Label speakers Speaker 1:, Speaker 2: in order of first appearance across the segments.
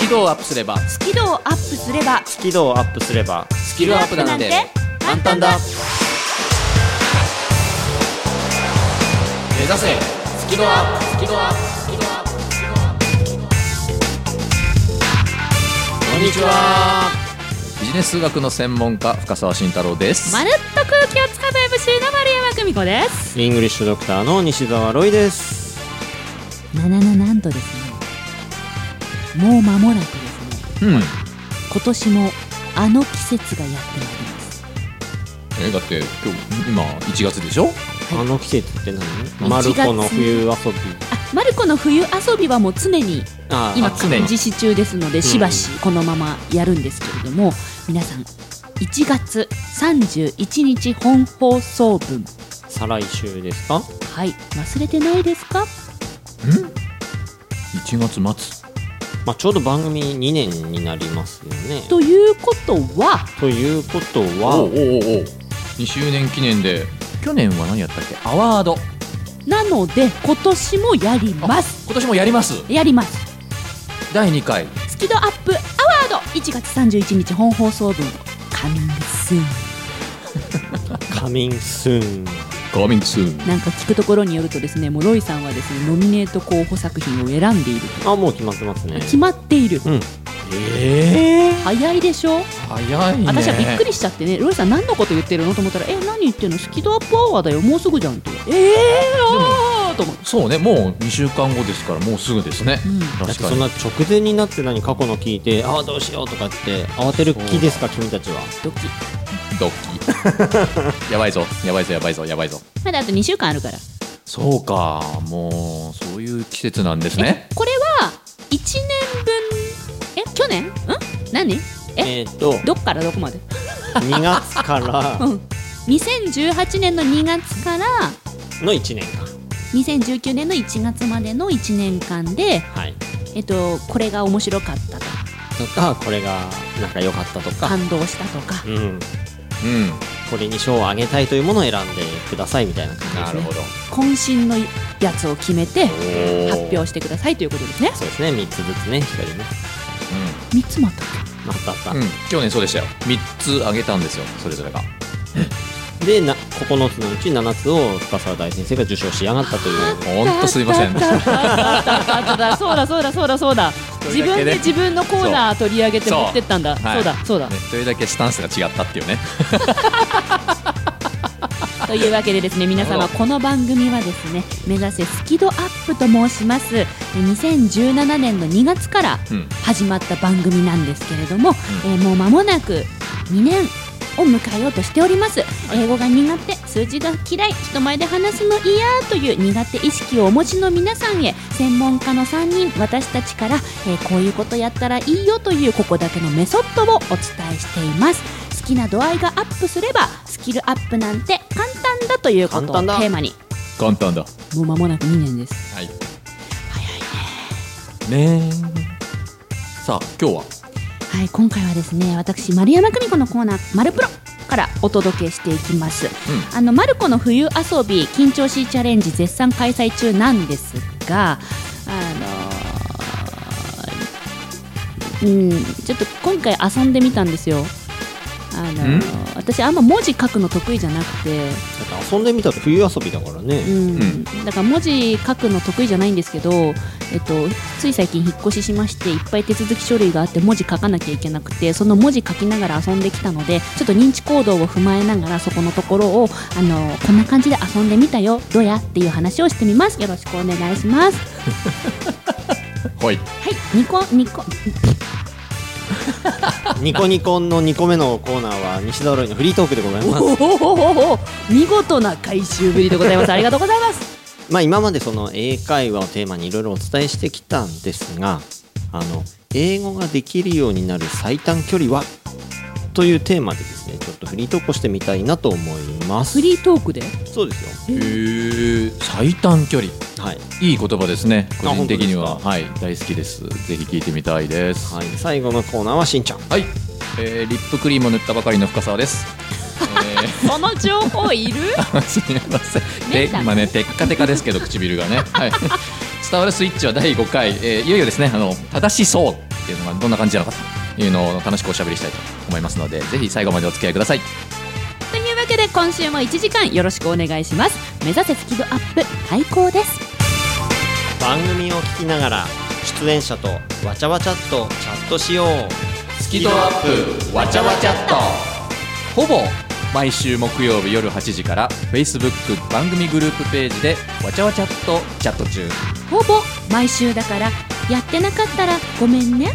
Speaker 1: キ度をアップすれば
Speaker 2: スキルをアップすれば
Speaker 3: スキルをアップすれば
Speaker 1: スキルアップなんて簡単だ目指せスキルアップスキルアップスキルアップスキルアップこんにちはビジネス数学の専門家深澤慎太郎です
Speaker 2: まるっと空気をつかむ MC の丸山久美子です
Speaker 3: イングリッシュドクターの西澤ロイです
Speaker 2: ななななんとですねもう間もなくですね
Speaker 1: うん
Speaker 2: 今年もあの季節がやってまいります
Speaker 1: えだって今日今1月でしょ
Speaker 3: あの季節って何
Speaker 2: 1
Speaker 3: マルコの
Speaker 2: 月
Speaker 3: 冬遊び
Speaker 2: あマルコの冬遊びはもう常に
Speaker 3: あ
Speaker 2: 今
Speaker 1: 常に
Speaker 2: 実施中ですのでしばしこのままやるんですけれども、皆さん1月31日本放送分
Speaker 3: 再来週ですか
Speaker 2: はい忘れてないですか
Speaker 1: 1月末
Speaker 3: まあちょうど番組2年になりますよね
Speaker 2: ということは
Speaker 3: ということ
Speaker 1: おうお
Speaker 3: は
Speaker 1: うおうおう2周年記念で去年は何やったっけアワード
Speaker 2: なので今年もやります
Speaker 1: 今年もやります
Speaker 2: やります
Speaker 1: 第2回
Speaker 2: スキドアップアワード1月31日本放送分カミングスーン
Speaker 3: カミングスーン
Speaker 1: Coming soon
Speaker 2: なんか聞くところによるとですねもうロイさんはですねノミネート候補作品を選んでいる
Speaker 3: あもう決まってますね
Speaker 2: と決まっている
Speaker 3: うん
Speaker 1: ええ
Speaker 2: 早いでしょ
Speaker 1: 早いね
Speaker 2: 私はびっくりしちゃってねロイさん何のこと言ってるのと思ったら「え何言ってんのスキドアップアワーだよもうすぐじゃん」って「ええよー!」と思って。
Speaker 1: そうねもう2週間後ですからもうすぐですね、
Speaker 2: うん
Speaker 3: だって
Speaker 1: 確か
Speaker 3: そん
Speaker 1: に
Speaker 3: な直前になって何過去の聞いてああどうしようとかって慌てる気ですか君たちは
Speaker 2: ドキ
Speaker 1: ドッキ やばいぞやばいぞやばいぞやばいぞ
Speaker 2: まだあと2週間あるから、
Speaker 1: そうかもうそういう季節なんですね
Speaker 2: えこれは1年分え去年ん何え
Speaker 3: えっと
Speaker 2: どっからどこまで
Speaker 3: 2月から
Speaker 2: うん2018年の2月から
Speaker 3: の1年間
Speaker 2: 2019年の1月までの1年間で、
Speaker 3: はい
Speaker 2: えっと、これが面白かったとか
Speaker 3: とかこれがなんか良かったとか
Speaker 2: 感動したとか
Speaker 3: う
Speaker 1: う
Speaker 3: ん
Speaker 1: ん
Speaker 3: これに賞をあげたいというものを選んでくださいみたいな感じですね
Speaker 1: なるほど
Speaker 2: 渾身のやつを決めて
Speaker 1: ー
Speaker 2: 発表してくださいということですね
Speaker 3: そうですね3つずつね光ね
Speaker 2: 3つもあった
Speaker 3: あったあった、
Speaker 1: うん、うん、去年そうでしたよ3つあげたんですよそれぞれが
Speaker 3: でな9つのうち7つを深沢大先生が受賞しやがったとい
Speaker 1: ほ
Speaker 3: う
Speaker 1: んとすいませ ん
Speaker 2: あ ったあったあったあったあったそうだそうだそうだそうだ
Speaker 1: 一人だけ
Speaker 2: 自分
Speaker 1: ね
Speaker 2: で自分のコーナー取り上げて持ってったんだそう
Speaker 1: はい
Speaker 2: だそ うだ
Speaker 1: ね、それだけスタンスが違ったっていうね
Speaker 2: というわけでですね皆
Speaker 1: な
Speaker 2: 様
Speaker 1: るほ
Speaker 2: この番組はですね目指せスキドアップと申しますえ2017年の2月から
Speaker 1: うん
Speaker 2: 始まった番組なんですけれども、えーもう間もなく2年を迎えようとしております、英語が苦手数字が嫌い人前で話すの嫌という苦手意識をお持ちの皆さんへ専門家の3人私たちから、えーこういうことやったらいいよというここだけのメソッドをお伝えしています好きな度合いがアップすればスキルアップなんて簡単だということを
Speaker 3: 簡
Speaker 2: テ
Speaker 3: 単だ
Speaker 2: ーマに
Speaker 1: 簡単だ
Speaker 2: もう間もなく2年です
Speaker 1: はい
Speaker 2: 早いね
Speaker 1: ねさあ今日は
Speaker 2: はい、今回はですね、私丸山久美子のコーナー、マルプロからお届けしていきます。あのマルコの冬遊び緊張しいチャレンジ絶賛開催中なんですが、あのーうん、ちょっと今回遊んでみたんですよ。あのー
Speaker 1: ん
Speaker 2: 私あんま文字書くの得意じゃなくて、
Speaker 3: だって遊んでみたら冬遊びだから
Speaker 2: う
Speaker 3: ね、
Speaker 2: ん、だから文字書くの得意じゃないんですけど、えっと、つい最近引っ越ししましていっぱい手続き書類があって文字書かなきゃいけなくてその文字書きながら遊んできたのでちょっと認知行動を踏まえながらそこのところをあのこんな感じで遊んでみたよどうやっていう話をしてみますよろしくお願いします
Speaker 1: はい
Speaker 2: はいニコニコ
Speaker 3: ニコニコンの2個目のコーナーは西澤ロイのフリートークでございます
Speaker 2: おお見事な回収ぶりでございますありがとうございます
Speaker 3: まあ、今までその英会話をテーマにいろいろお伝えしてきたんですがあの英語ができるようになる最短距離はというテーマでですねちょっとフリートークをしてみたいなと思います
Speaker 2: フリートークで
Speaker 3: そうです
Speaker 1: へえ最短距離
Speaker 3: よはい、
Speaker 1: いい言葉ですね個人的には
Speaker 3: 本
Speaker 1: はい大好きですぜひ聞いてみたいです
Speaker 3: はい、最後のコーナーはしんちゃん
Speaker 1: はい、えーリップクリームを塗ったばかりの深澤 です、
Speaker 2: その情報いる
Speaker 1: えーすみませんで
Speaker 2: ねえさん
Speaker 1: 今ねテッカテカですけど唇がねはい伝わるスイッチは第5回、えーいよいよですねあの正しそうっていうのがどんな感じなのかというのを楽しくおしゃべりしたいと思いますのでぜひ最後までお付き合いください
Speaker 2: というわけで今週も1時間よろしくお願いします目指せスキドアップ開講です
Speaker 3: 番組を聞きながら出演者とわちゃわちゃっとチャットしよう
Speaker 1: スキドアップわちゃわちゃっとほぼ毎週木曜日夜8時から Facebook 番組グループページでわちゃわちゃっとチャット中
Speaker 2: ほぼ毎週だからやってなかったらごめんね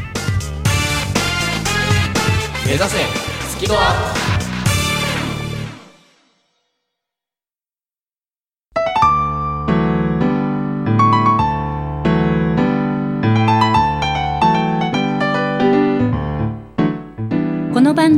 Speaker 1: 目指せスキドアップ
Speaker 2: この番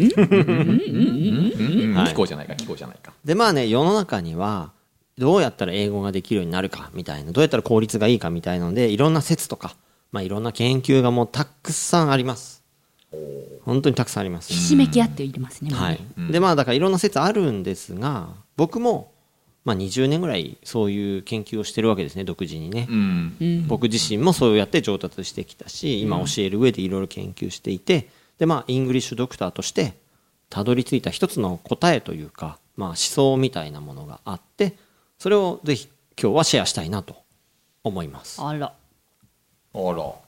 Speaker 3: はい
Speaker 1: 聞こうじゃないか聞こうじゃないか
Speaker 3: でまあね世の中にはどうやったら英語ができるようになるかみたいなどうやったら効率がいいかみたいなのでいろんな説とか、まあ、いろんな研究がもうたくさんあります本当にたくさんあります
Speaker 2: ひしめき合っていりますね、
Speaker 3: はい
Speaker 1: うん
Speaker 3: でまあだからいろんな説あるんですが僕も、まあ、20年ぐらいそういう研究をしてるわけですね独自にね、
Speaker 1: うん
Speaker 2: うん
Speaker 3: 僕自身もそうやって上達してきたし今教える上でいろいろ研究していてでまあイングリッシュドクターとしてたどり着いた一つの答えというか、まあ、思想みたいなものがあってそれをぜひ今日はシェアしたいなと思います。
Speaker 2: あら
Speaker 1: あらほ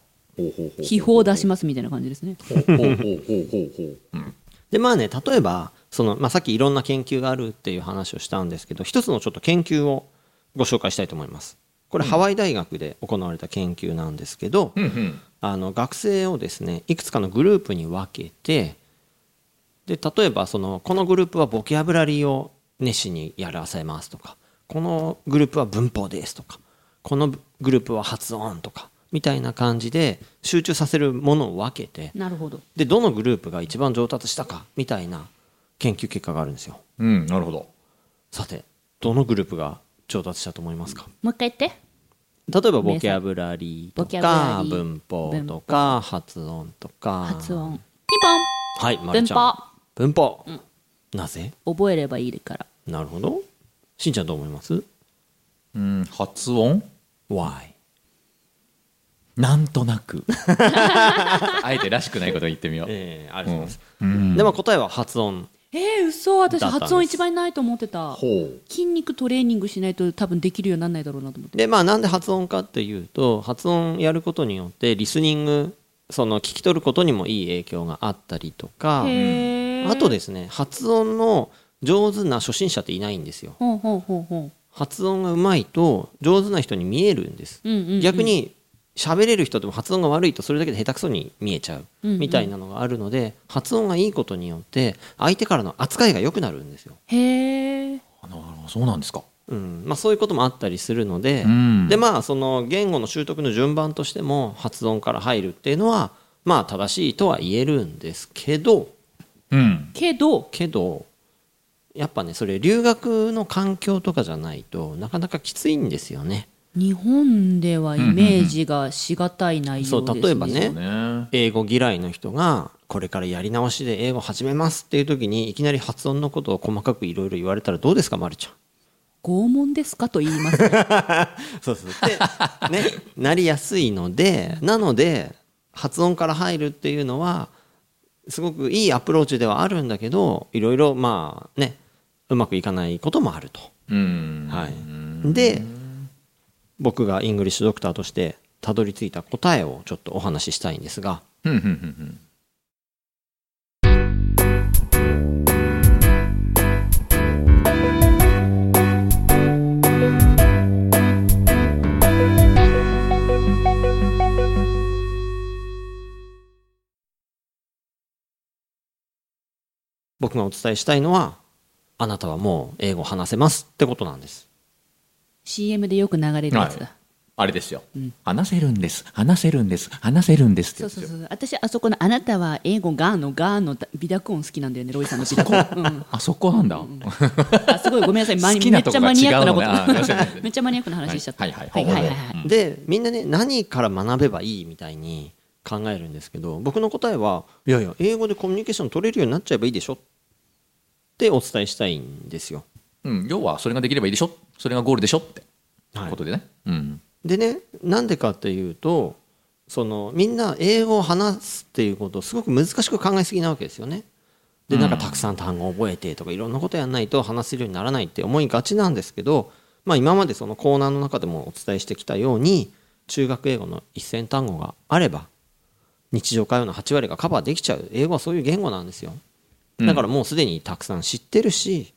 Speaker 1: うほうほう
Speaker 2: 秘宝を出しますみたいな感じですね
Speaker 1: ほうほうほうほうほううん
Speaker 3: でまあね例えばその、まあ、さっきいろんな研究があるっていう話をしたんですけど一つのちょっと研究をご紹介したいと思います。これハワイ大学で行われた研究なんですけど、
Speaker 1: うんうん
Speaker 3: あの学生をですねいくつかのグループに分けてで例えばそのこのグループはボキャブラリーを熱心にやらせますとかこのグループは文法ですとかこのグループは発音とかみたいな感じで集中させるものを分けて
Speaker 2: なるほど
Speaker 3: でどのグループが一番上達したかみたいな研究結果があるんですよ
Speaker 1: うんなるほど
Speaker 3: さてどのグループが上達したと思いますか
Speaker 2: もう一回言って
Speaker 3: 例えばボキャブラリーと
Speaker 2: ボキャブラ
Speaker 3: か
Speaker 2: リー
Speaker 3: 文法とか発音とか
Speaker 2: 発音ピン
Speaker 3: はい、ま
Speaker 2: ポン
Speaker 3: る
Speaker 2: 文
Speaker 3: ちゃん。
Speaker 2: 法
Speaker 3: 文法。なぜ
Speaker 2: 覚えればいいから
Speaker 3: なるほど。しんちゃんどう思います
Speaker 1: うん発音
Speaker 3: ?Why?
Speaker 1: なんとなく あえてらしくないこと言ってみよう
Speaker 3: ええありがとうございます。
Speaker 1: うん
Speaker 3: でも答えは発音
Speaker 2: えー、嘘私
Speaker 3: だったんです
Speaker 2: 発音一番ないと思ってた
Speaker 1: ほう
Speaker 2: 筋肉トレーニングしないと多分できるようにならないだろうなと思って
Speaker 3: でまあなんで発音かっていうと発音やることによってリスニングその聞き取ることにもいい影響があったりとか
Speaker 2: へー
Speaker 3: あとですね発音の上手な初心者っていないんですよ
Speaker 2: ほうほうほうほ
Speaker 3: 発音がうまいと上手な人に見えるんです、
Speaker 2: う,、うんうんうん、
Speaker 3: 逆に喋れる人でも発音が悪いとそれだけで下手くそに見えちゃう
Speaker 2: うんうん
Speaker 3: みたいなのがあるので、発音がいいことによって相手からの扱いが良くなるんですよ、
Speaker 2: へえ
Speaker 1: あなるほどそうなんですか
Speaker 3: うんまあ、そういうこともあったりするので、
Speaker 1: うん
Speaker 3: でまあその言語の習得の順番としても発音から入るっていうのはまあ正しいとは言えるんですけど
Speaker 1: うん
Speaker 2: けど
Speaker 3: けどやっぱねそれ留学の環境とかじゃないとなかなかきついんですよね。
Speaker 2: 日本ではイメージがしがたい内容です、ね
Speaker 3: そう例えばね
Speaker 1: ね
Speaker 3: 英語嫌いの人がこれからやり直しで英語始めますっていう時にいきなり発音のことを細かくいろいろ言われたらどうですかまるちゃん。
Speaker 2: 拷問ですかと言います
Speaker 3: そうそうでね なりやすいのでなので発音から入るっていうのはすごくいいアプローチではあるんだけどいろいろまあねうまくいかないこともあると。
Speaker 1: うん
Speaker 3: はい、で僕がイングリッシュドクターとしてたどり着いた答えをちょっとお話ししたいんですが
Speaker 1: うんうんうん
Speaker 3: 僕がお伝えしたいのはあなたはもう英語を話せますってことなんです
Speaker 2: CM でよく流れるやつだ、
Speaker 1: はいあれですよ、話せるんです話せるんです話せるんですって
Speaker 2: そ
Speaker 1: やつ
Speaker 2: うそ
Speaker 1: よ
Speaker 2: うそう私あそこの「あなたは英語ガーのガーの微濁音好きなんだよねロイさんの微濁音、うん、
Speaker 1: あそこなんだ、
Speaker 2: あすごいごめんなさいま
Speaker 1: 好きな
Speaker 2: めっ
Speaker 1: と
Speaker 2: ちゃ
Speaker 1: こが
Speaker 2: マニ
Speaker 1: 違
Speaker 2: ア
Speaker 1: うの
Speaker 2: ックなこ
Speaker 1: ねあーすいませ
Speaker 2: と
Speaker 1: ん
Speaker 2: めっちゃマニアックな話しちゃった
Speaker 1: はいはい
Speaker 2: はいはいはいはい
Speaker 3: でみんなね何から学べばいいみたいに考えるんですけど僕の答えはいやいや英語でコミュニケーション取れるようになっちゃえばいいでしょってお伝えしたいんですよ
Speaker 1: うん、要はそれができればいいでしょそれがゴールでしょって
Speaker 3: はい
Speaker 1: ことでね、うん
Speaker 3: でねなんでかっていうとそのみんな英語を話すっていうことをすごく難しく考えすぎなわけですよね。でなんかたくさん単語を覚えてとかいろんなことやんないと話せるようにならないって思いがちなんですけど、まあ、今までそのコーナーの中でもお伝えしてきたように中学英語の一0単語があれば日常会話の8割がカバーできちゃう英語はそういう言語なんですよだからもうすでにたくさん知ってるし、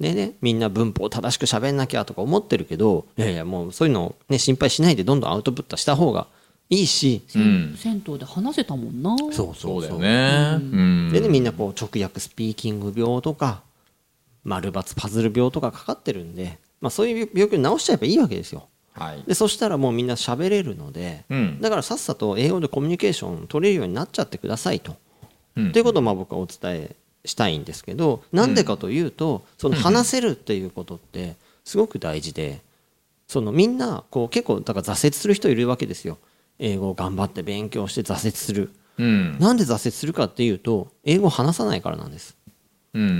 Speaker 3: ねえねえみんな文法正しく喋んなきゃとか思ってるけどいやいやもうそういうの、ね、心配しないでどんどんアウトプットした方がいいし、
Speaker 1: うん
Speaker 2: 銭湯で話せたもんな
Speaker 3: そう
Speaker 1: そうだよねうん
Speaker 3: でねみんなこう直訳スピーキング病とか丸抜パズル病とかかかってるんで、まあ、そういう病気を治しちゃえばいいわけですよ
Speaker 1: はい
Speaker 3: でそしたらもうみんな喋れるので、
Speaker 1: うん
Speaker 3: だからさっさと英語でコミュニケーション取れるようになっちゃってくださいと。
Speaker 1: うん
Speaker 3: っていうことをまあ僕はお伝えしたいんですけどなんでかというと、その話せるっていうことってすごく大事でそのみんなこう結構だから挫折する人いるわけですよ。英語を頑張って勉強して挫折する。
Speaker 1: うん
Speaker 3: なんで挫折するかっていうと英語を話さないからなんです。
Speaker 1: うんうんう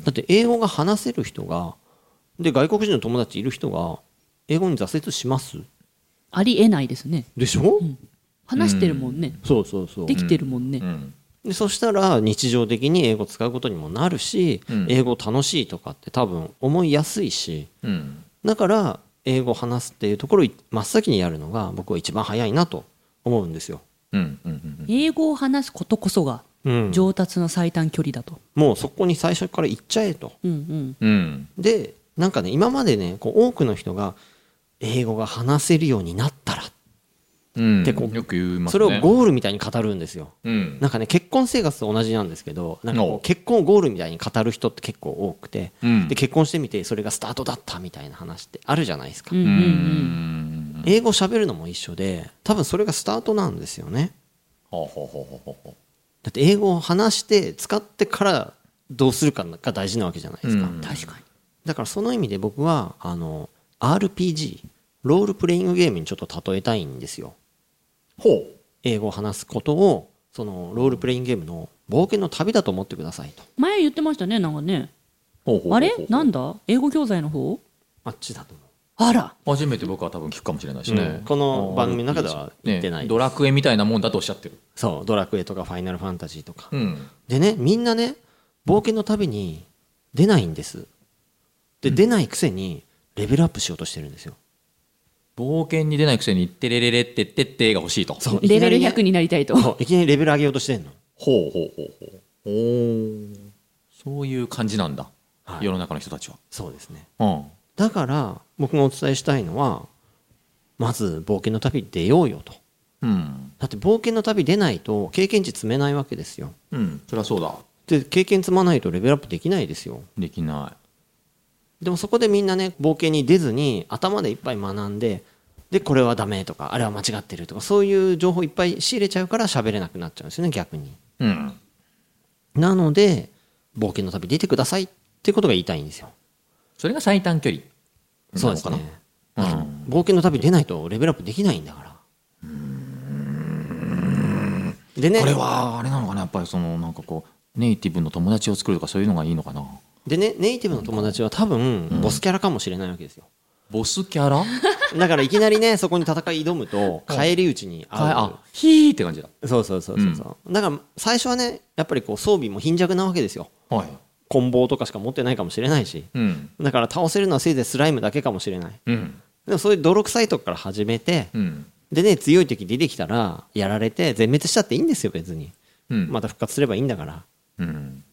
Speaker 1: ん
Speaker 3: だって英語が話せる人がで外国人の友達いる人が英語に挫折します
Speaker 2: ありえないですね
Speaker 3: でしょ、
Speaker 2: 話してるもんね、
Speaker 3: そうそうそう
Speaker 2: できてるもんね、
Speaker 1: うん
Speaker 3: でそしたら日常的に英語使うことにもなるし、
Speaker 1: うん
Speaker 3: 英語楽しいとかって多分思いやすいし
Speaker 1: うん
Speaker 3: だから英語を話すっていうところを真っ先にやるのが僕は一番早いなと思うんですよ。
Speaker 1: うんうんうん
Speaker 2: 英語を話すことこそが
Speaker 3: うん、
Speaker 2: 上達の最短距離だと、
Speaker 3: もうそこに最初から行っちゃえと。
Speaker 2: うんう
Speaker 1: う
Speaker 2: ん、
Speaker 1: ん
Speaker 3: でなんかね今までねこう多くの人が英語が話せるようになったら
Speaker 1: うん
Speaker 3: でこう
Speaker 1: よく言います
Speaker 3: そ
Speaker 1: ね
Speaker 3: れをゴールみたいに語るんですよ。
Speaker 1: うん
Speaker 3: なんかね結婚生活と同じなんですけどなんかこ
Speaker 1: おう
Speaker 3: う結婚をゴールみたいに語る人って結構多くて、
Speaker 1: うん
Speaker 3: で結婚してみてそれがスタートだったみたいな話ってあるじゃないですか、
Speaker 2: うんうんう
Speaker 1: うん
Speaker 2: ん
Speaker 3: 英語喋るのも一緒で多分それがスタートなんですよね
Speaker 1: ほうほうほうほうほ
Speaker 3: だって英語を話して使ってからどうするかが大事なわけじゃないですか、
Speaker 1: うん
Speaker 2: 確かに
Speaker 3: だからその意味で僕はあの RPG ロールプレイングゲームにちょっと例えたいんですよ
Speaker 1: うほ
Speaker 3: 英語を話すことをそのロールプレイングゲームの冒険の旅だと思ってくださいと
Speaker 2: 前言ってましたねなんかね
Speaker 1: うほうほう
Speaker 2: あれなんだ英語教材の方
Speaker 3: あっちだと思う
Speaker 2: あら
Speaker 1: 初めて僕は多分聞くかもしれないし
Speaker 3: う
Speaker 1: ね
Speaker 3: んこの番組の中では言ってない
Speaker 1: ねドラクエみたいなもんだとおっしゃってる
Speaker 3: そうドラクエとかファイナルファンタジーとか
Speaker 1: うん
Speaker 3: でねみんなね冒険の旅に出ないんですで、出ないくせにレベルアップしようとしてるんです よ
Speaker 1: 冒険に出ないくせに、てれれれってってってが欲しいと。
Speaker 3: そう
Speaker 2: レベル
Speaker 3: いきなりね
Speaker 2: 100になりたいと。
Speaker 3: そういきなりレベル上げようとしてんの
Speaker 1: ほうほうほうほう。おーそういう感じなんだ。
Speaker 3: はい
Speaker 1: 世の中の人たちは。
Speaker 3: そうですね
Speaker 1: うん。
Speaker 3: だから僕がお伝えしたいのはまず冒険の旅に出ようよと
Speaker 1: うん。
Speaker 3: だって冒険の旅出ないと経験値積めないわけですよ
Speaker 1: うん。そりゃそうだ。
Speaker 3: で経験積まないとレベルアップできないですよ
Speaker 1: できな
Speaker 3: でもそこでみんなね冒険に出ずに頭でいっぱい学んででこれはダメとかあれは間違ってるとかそういう情報いっぱい仕入れちゃうから喋れなくなっちゃうんですよね逆に
Speaker 1: い。うん。
Speaker 3: なので冒険の旅出てくださいってことが言いたいんですよ
Speaker 1: それが最短距離。
Speaker 3: そうですね
Speaker 1: なのかな
Speaker 3: だから
Speaker 1: うん
Speaker 3: 冒険の旅出ないとレベルアップできないんだからでね
Speaker 1: これはあれなのかなやっぱりそのなんかこうネイティブの友達を作るとかそういうのがいいのかな
Speaker 3: でねネイティブの友達は多分ボスキャラかもしれないわけですよ
Speaker 1: ボスキャラ
Speaker 3: だからいきなりねそこに戦い挑むと返り討ちに遭う
Speaker 1: あヒーって感じだ
Speaker 3: そうそうそうそうそう、だから最初はねやっぱりこう装備も貧弱なわけですよ
Speaker 1: はい
Speaker 3: 棍棒とかしか持ってないかもしれないし
Speaker 1: うん
Speaker 3: だから倒せるのはせいぜいスライムだけかもしれない
Speaker 1: うん
Speaker 3: でもそういう泥臭いとこから始めて
Speaker 1: うん
Speaker 3: でね強い敵出てきたらやられて全滅したっていいんですよ別に
Speaker 1: うん
Speaker 3: また復活すればいいんだから
Speaker 1: うん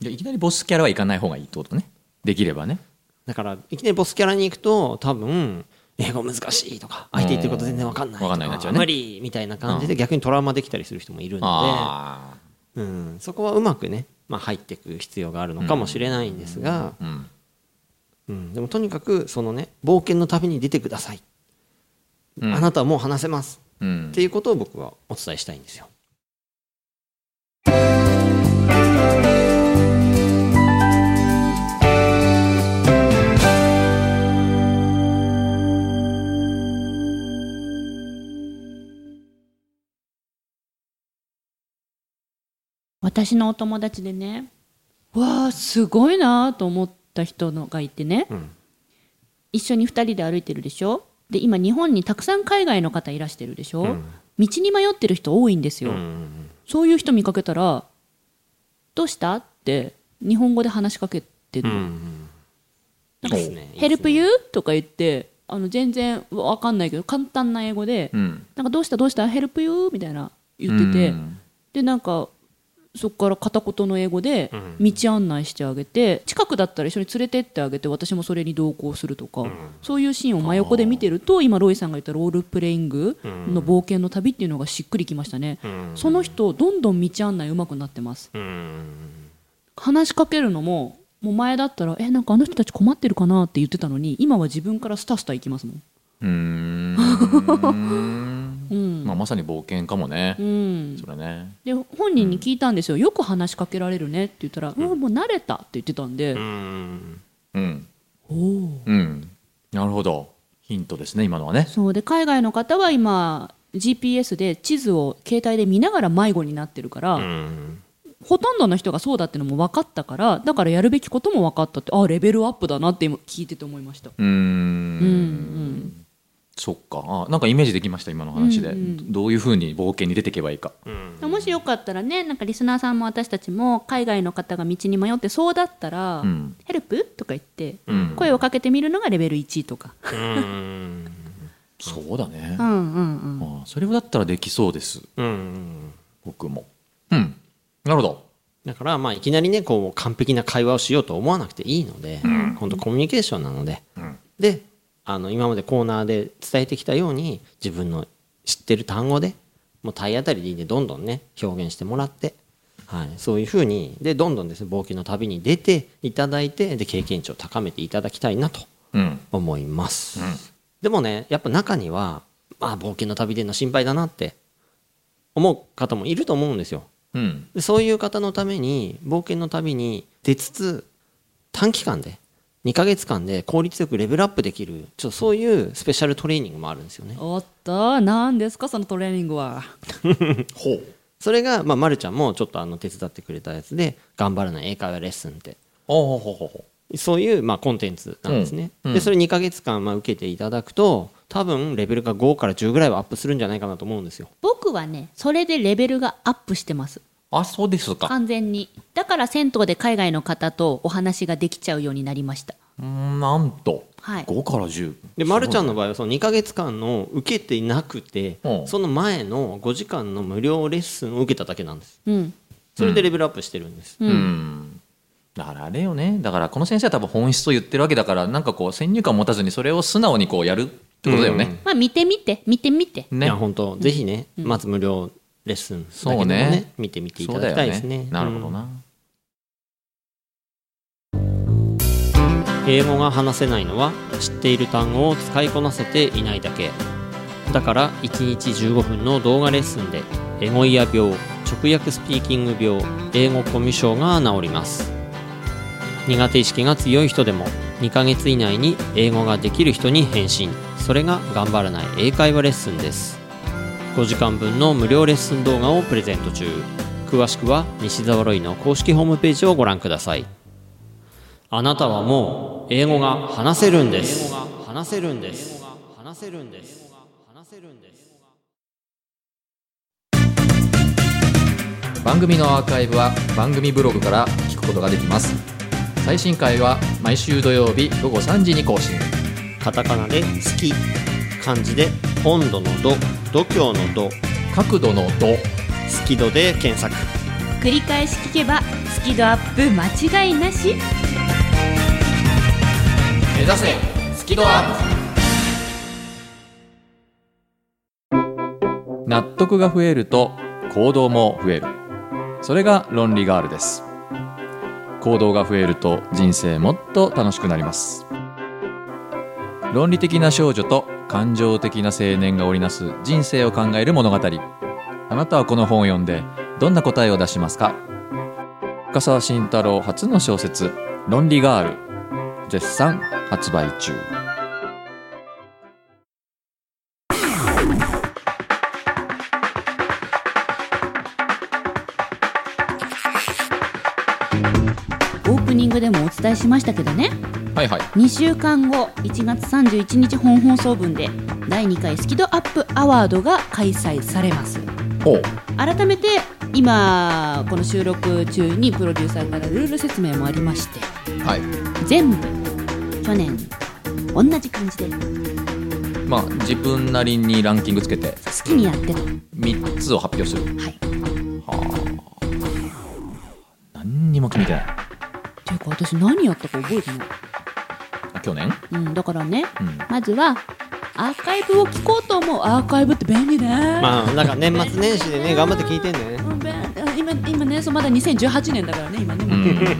Speaker 1: じゃあいきなりボスキャラはいかない方がいいってことねできればね
Speaker 3: だからいきなりボスキャラに行くと多分英語難しいとか相手言ってること全然わかんないと
Speaker 1: わかんないになっちゃうね
Speaker 3: 無理みたいな感じで逆にトラウマできたりする人もいるの
Speaker 1: あ
Speaker 3: で、うん、そこはうまくね、まあ、入っていく必要があるのかもしれないんですが、
Speaker 1: あうん
Speaker 3: うん、でもとにかくそのね冒険の旅に出てください、
Speaker 1: うん
Speaker 3: あなたはもう話せます
Speaker 1: うん
Speaker 3: っていうことを僕はお伝えしたいんですよ
Speaker 2: 私のお友達でねわあすごいなーと思った人のがいてね、
Speaker 3: うん
Speaker 2: 一緒に2人で歩いてるでしょで今日本にたくさん海外の方いらしてるでしょ、
Speaker 3: ん
Speaker 2: 道に迷ってる人多いんですよ、
Speaker 3: うん
Speaker 2: そういう人見かけたら「どうした?」って日本語で話しかけてる
Speaker 3: うん
Speaker 2: の、
Speaker 3: いいですね
Speaker 2: ヘルプ
Speaker 3: いいで
Speaker 2: ユーとか言ってあの全然わかんないけど簡単な英語で、
Speaker 1: うん
Speaker 2: なんかどうしたどうしたヘルプユーみたいな言ってて、
Speaker 1: うん
Speaker 2: でなんかそこから片言の英語で
Speaker 3: ん
Speaker 2: 道案内してあげて、近くだったら一緒に連れてってあげて私もそれに同行するとか、そういうシーンを真横で見てると今ロイさんが言ったロールプレイングの冒険の旅っていうのがしっくりきましたね、
Speaker 3: ん
Speaker 2: その人どんどん道案内上手くなってます
Speaker 3: すねうん
Speaker 2: 話しかけるのももう前だったらえなんかあの人たち困ってるかなって言ってたのに今は自分からスタスタ行きますもん
Speaker 1: うーん
Speaker 2: うん、
Speaker 1: まあまさに冒険かもね
Speaker 2: うん、
Speaker 1: それね
Speaker 2: で本人に聞いたんですよ、よく話しかけられるねって言ったら、うん、もう慣れたって言ってたんで、
Speaker 3: うん
Speaker 1: うん
Speaker 2: おお
Speaker 1: うんなるほどヒントですね今のはね
Speaker 2: そうで海外の方は今 GPS で地図を携帯で見ながら迷子になってるから、
Speaker 3: うん
Speaker 2: ほとんどの人がそうだってのも分かったからだからやるべきことも分かったってあレベルアップだなって今聞いてて思いました
Speaker 1: うー
Speaker 2: うんうんん
Speaker 1: そっかあなんかイメージできました今の話で、
Speaker 2: うんうん
Speaker 1: どういうふうに冒険に出ていけばいいか
Speaker 2: もしよかったらねなんかリスナーさんも私たちも海外の方が道に迷ってそうだったら「
Speaker 1: うん
Speaker 2: ヘルプ?」とか言って、
Speaker 1: うん
Speaker 2: 声をかけてみるのがレベル1とか、
Speaker 3: うん
Speaker 1: そうだね、
Speaker 2: う
Speaker 1: あ
Speaker 2: んうんうん、
Speaker 1: あそれだったらできそうです
Speaker 3: うん
Speaker 1: 僕もうんなるほど
Speaker 3: だからまあいきなりねこう完璧な会話をしようと思わなくていいので、本当コミュニケーションなので、
Speaker 1: ん
Speaker 3: であの今までコーナーで伝えてきたように自分の知ってる単語でもう体当たりでいいんでどんどんね表現してもらって、はい、そういうふうにでどんどんですね冒険の旅に出ていただいてで経験値を高めていただきたいなと
Speaker 1: うん
Speaker 3: 思います、でもねやっぱ中には、まあ、冒険の旅での心配だなって思う方もいると思うんですよ
Speaker 1: うん
Speaker 3: でそういう方のために冒険の旅に出つつ短期間で2ヶ月間で効率よくレベルアップできるちょっとそういうスペシャルトレーニングもあるんですよね
Speaker 2: おっと何ですかそのトレーニングは
Speaker 1: ほう
Speaker 3: それが、まあ、まるちゃんもちょっとあの手伝ってくれたやつで「頑張らない英会話レッスン」って
Speaker 1: ああほうほうほうほ
Speaker 3: そういう、まあ、コンテンツなんですね、
Speaker 1: うんうん
Speaker 3: でそれ2ヶ月間、まあ、受けていただくと多分レベルが5から10ぐらいはアップするんじゃないかなと思うんですよ
Speaker 2: 僕はねそれでレベルがアップしてます
Speaker 1: あそうですか
Speaker 2: 完全にだから銭湯で海外の方とお話ができちゃうようになりました
Speaker 1: うーんなんと、
Speaker 2: はい
Speaker 1: 5から10
Speaker 3: で、ま、るちゃんの場合はその2ヶ月間の受けていなくて、
Speaker 1: うん
Speaker 3: その前の5時間の無料レッスンを受けただけなんです
Speaker 2: うん
Speaker 3: それでレベルアップしてるんです、
Speaker 2: う
Speaker 1: うんんだからあれよねだからこの先生は多分本質を言ってるわけだからなんかこう先入観を持たずにそれを素直にこうやるってことだよね、
Speaker 2: まあ見てみて見てみて
Speaker 3: い
Speaker 1: ね
Speaker 3: や本当ぜひね、まず無料レッスンだけでも
Speaker 1: そう
Speaker 3: ね
Speaker 1: ね
Speaker 3: 見てみてい
Speaker 1: そ
Speaker 3: た
Speaker 1: うだよ
Speaker 3: だきたいですね
Speaker 1: なるほど
Speaker 3: う
Speaker 1: な、
Speaker 3: ん英語が話せないのは知っている単語を使いこなせていないだけだから1日15分の動画レッスンでエゴイヤ病直訳スピーキング病英語コミュ障が治ります苦手意識が強い人でも2ヶ月以内に英語ができる人に返信それが頑張らない英会話レッスンです5時間分の無料レッスン動画をプレゼント中詳しくは西澤ロイの公式ホームページをご覧くださいあなたはもう英語が話せるんです英語が話せるんです英語が話せるんです
Speaker 1: 番組のアーカイブは番組ブログから聞くことができます最新回は毎週土曜日午後3時に更新
Speaker 3: カタカナで「好き」漢字で「温度の度」「度胸の度」
Speaker 1: 角度の度
Speaker 3: 「好き度」で検索
Speaker 2: 繰り返し聞けばスキドアップ間違いなし
Speaker 1: 目指せスキドアップ納得が増えると行動も増えるそれが論理ガールです行動が増えると人生もっと楽しくなります論理的な少女と感情的な青年が織りなす人生を考える物語あなたはこの本を読んでどんな答えを出しますか深沢慎太郎初の小説「論理ガール」絶賛発売中
Speaker 2: オープニングでもお伝えしましたけどね
Speaker 1: はいはい
Speaker 2: 2週間後1月31日本放送分で第2回スキドアップアワードが開催されます
Speaker 1: ほう
Speaker 2: 改めて今この収録中にプロデューサーからルール説明もありまして
Speaker 1: はい
Speaker 2: 全部去年同じ感じで
Speaker 1: まあ自分なりにランキングつけて
Speaker 2: 好きにやってた
Speaker 1: 3つを発表する
Speaker 2: はい
Speaker 1: 何にも決めてない
Speaker 2: ていうか私何やったか覚えてない、
Speaker 1: あ去年
Speaker 2: うん、だからね、
Speaker 1: うん
Speaker 2: まずはアーカイブを聞こうと思うアーカイブって便利ね、
Speaker 3: まあなんか年末年始で ね頑張って聞いてんだよね
Speaker 2: うん便あ今今ねそうまだ2018年だからね今ね、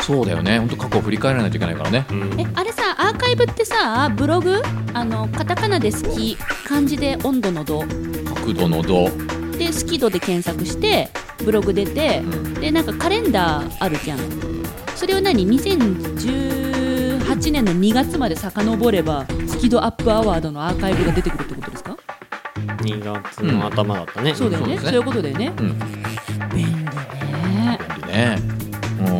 Speaker 1: そうだよね本当過去を振り返らないといけないからね
Speaker 2: えあれさアーカイブってさブログあのカタカナで好き漢字で温度の度
Speaker 1: 角度の度
Speaker 2: で好き度で検索してブログ出て、
Speaker 1: ん
Speaker 2: でなんかカレンダーあるじゃんそれを何2018年の2月まで遡ればスキドアップアワードのアーカイブが出てくるってことですか、
Speaker 3: 2月の頭だったね、
Speaker 2: そうだよね
Speaker 1: そうですね
Speaker 2: そういうことだよね
Speaker 1: うん
Speaker 2: 便利ね
Speaker 1: 便利ねうんま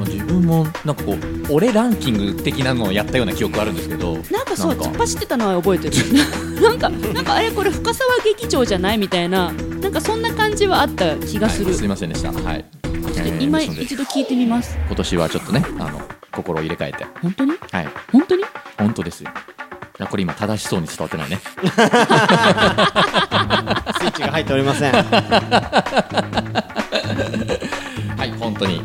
Speaker 1: あ自分もなんかこう俺ランキング的なのをやったような記憶あるんですけど
Speaker 2: なんかそう
Speaker 1: なんか
Speaker 2: 突っ走ってたのは覚えてる なんかなんかあれこれ深沢劇場じゃないみたいななんかそんな感じはあった気がする、
Speaker 1: はい、すいませんでしたはい
Speaker 2: ちょっ
Speaker 1: え
Speaker 2: と
Speaker 1: ー
Speaker 2: 今
Speaker 1: ですので
Speaker 2: 一度聞いてみます。
Speaker 1: 今年はちょっとねあの心を入れ替えて
Speaker 2: 本当に
Speaker 1: はい
Speaker 2: 本当に
Speaker 1: 本当ですよいやこれ今正しそうに伝わってないね
Speaker 3: スイッチが入っており ません
Speaker 1: はい本当に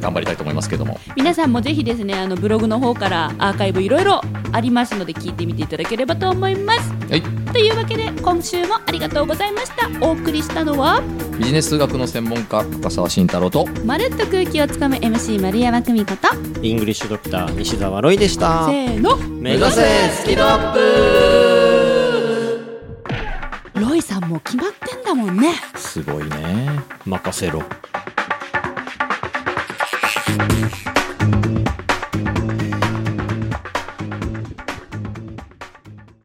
Speaker 1: 頑張りたいと思いますけども
Speaker 2: 皆さんもぜひですねあのブログの方からアーカイブいろいろありますので聞いてみていただければと思います。
Speaker 1: はい
Speaker 2: というわけで今週もありがとうございました。お送りしたのは
Speaker 1: ビジネス数学の専門家深澤慎太郎と
Speaker 2: まるっと空気をつかむ MC 丸山久美子と
Speaker 3: イングリッシュドクター西澤ロイでした
Speaker 2: せーの
Speaker 3: 目指せスキドアップ
Speaker 2: ロイさんもう決まってんだもんね。
Speaker 1: すごいね
Speaker 3: 任せろ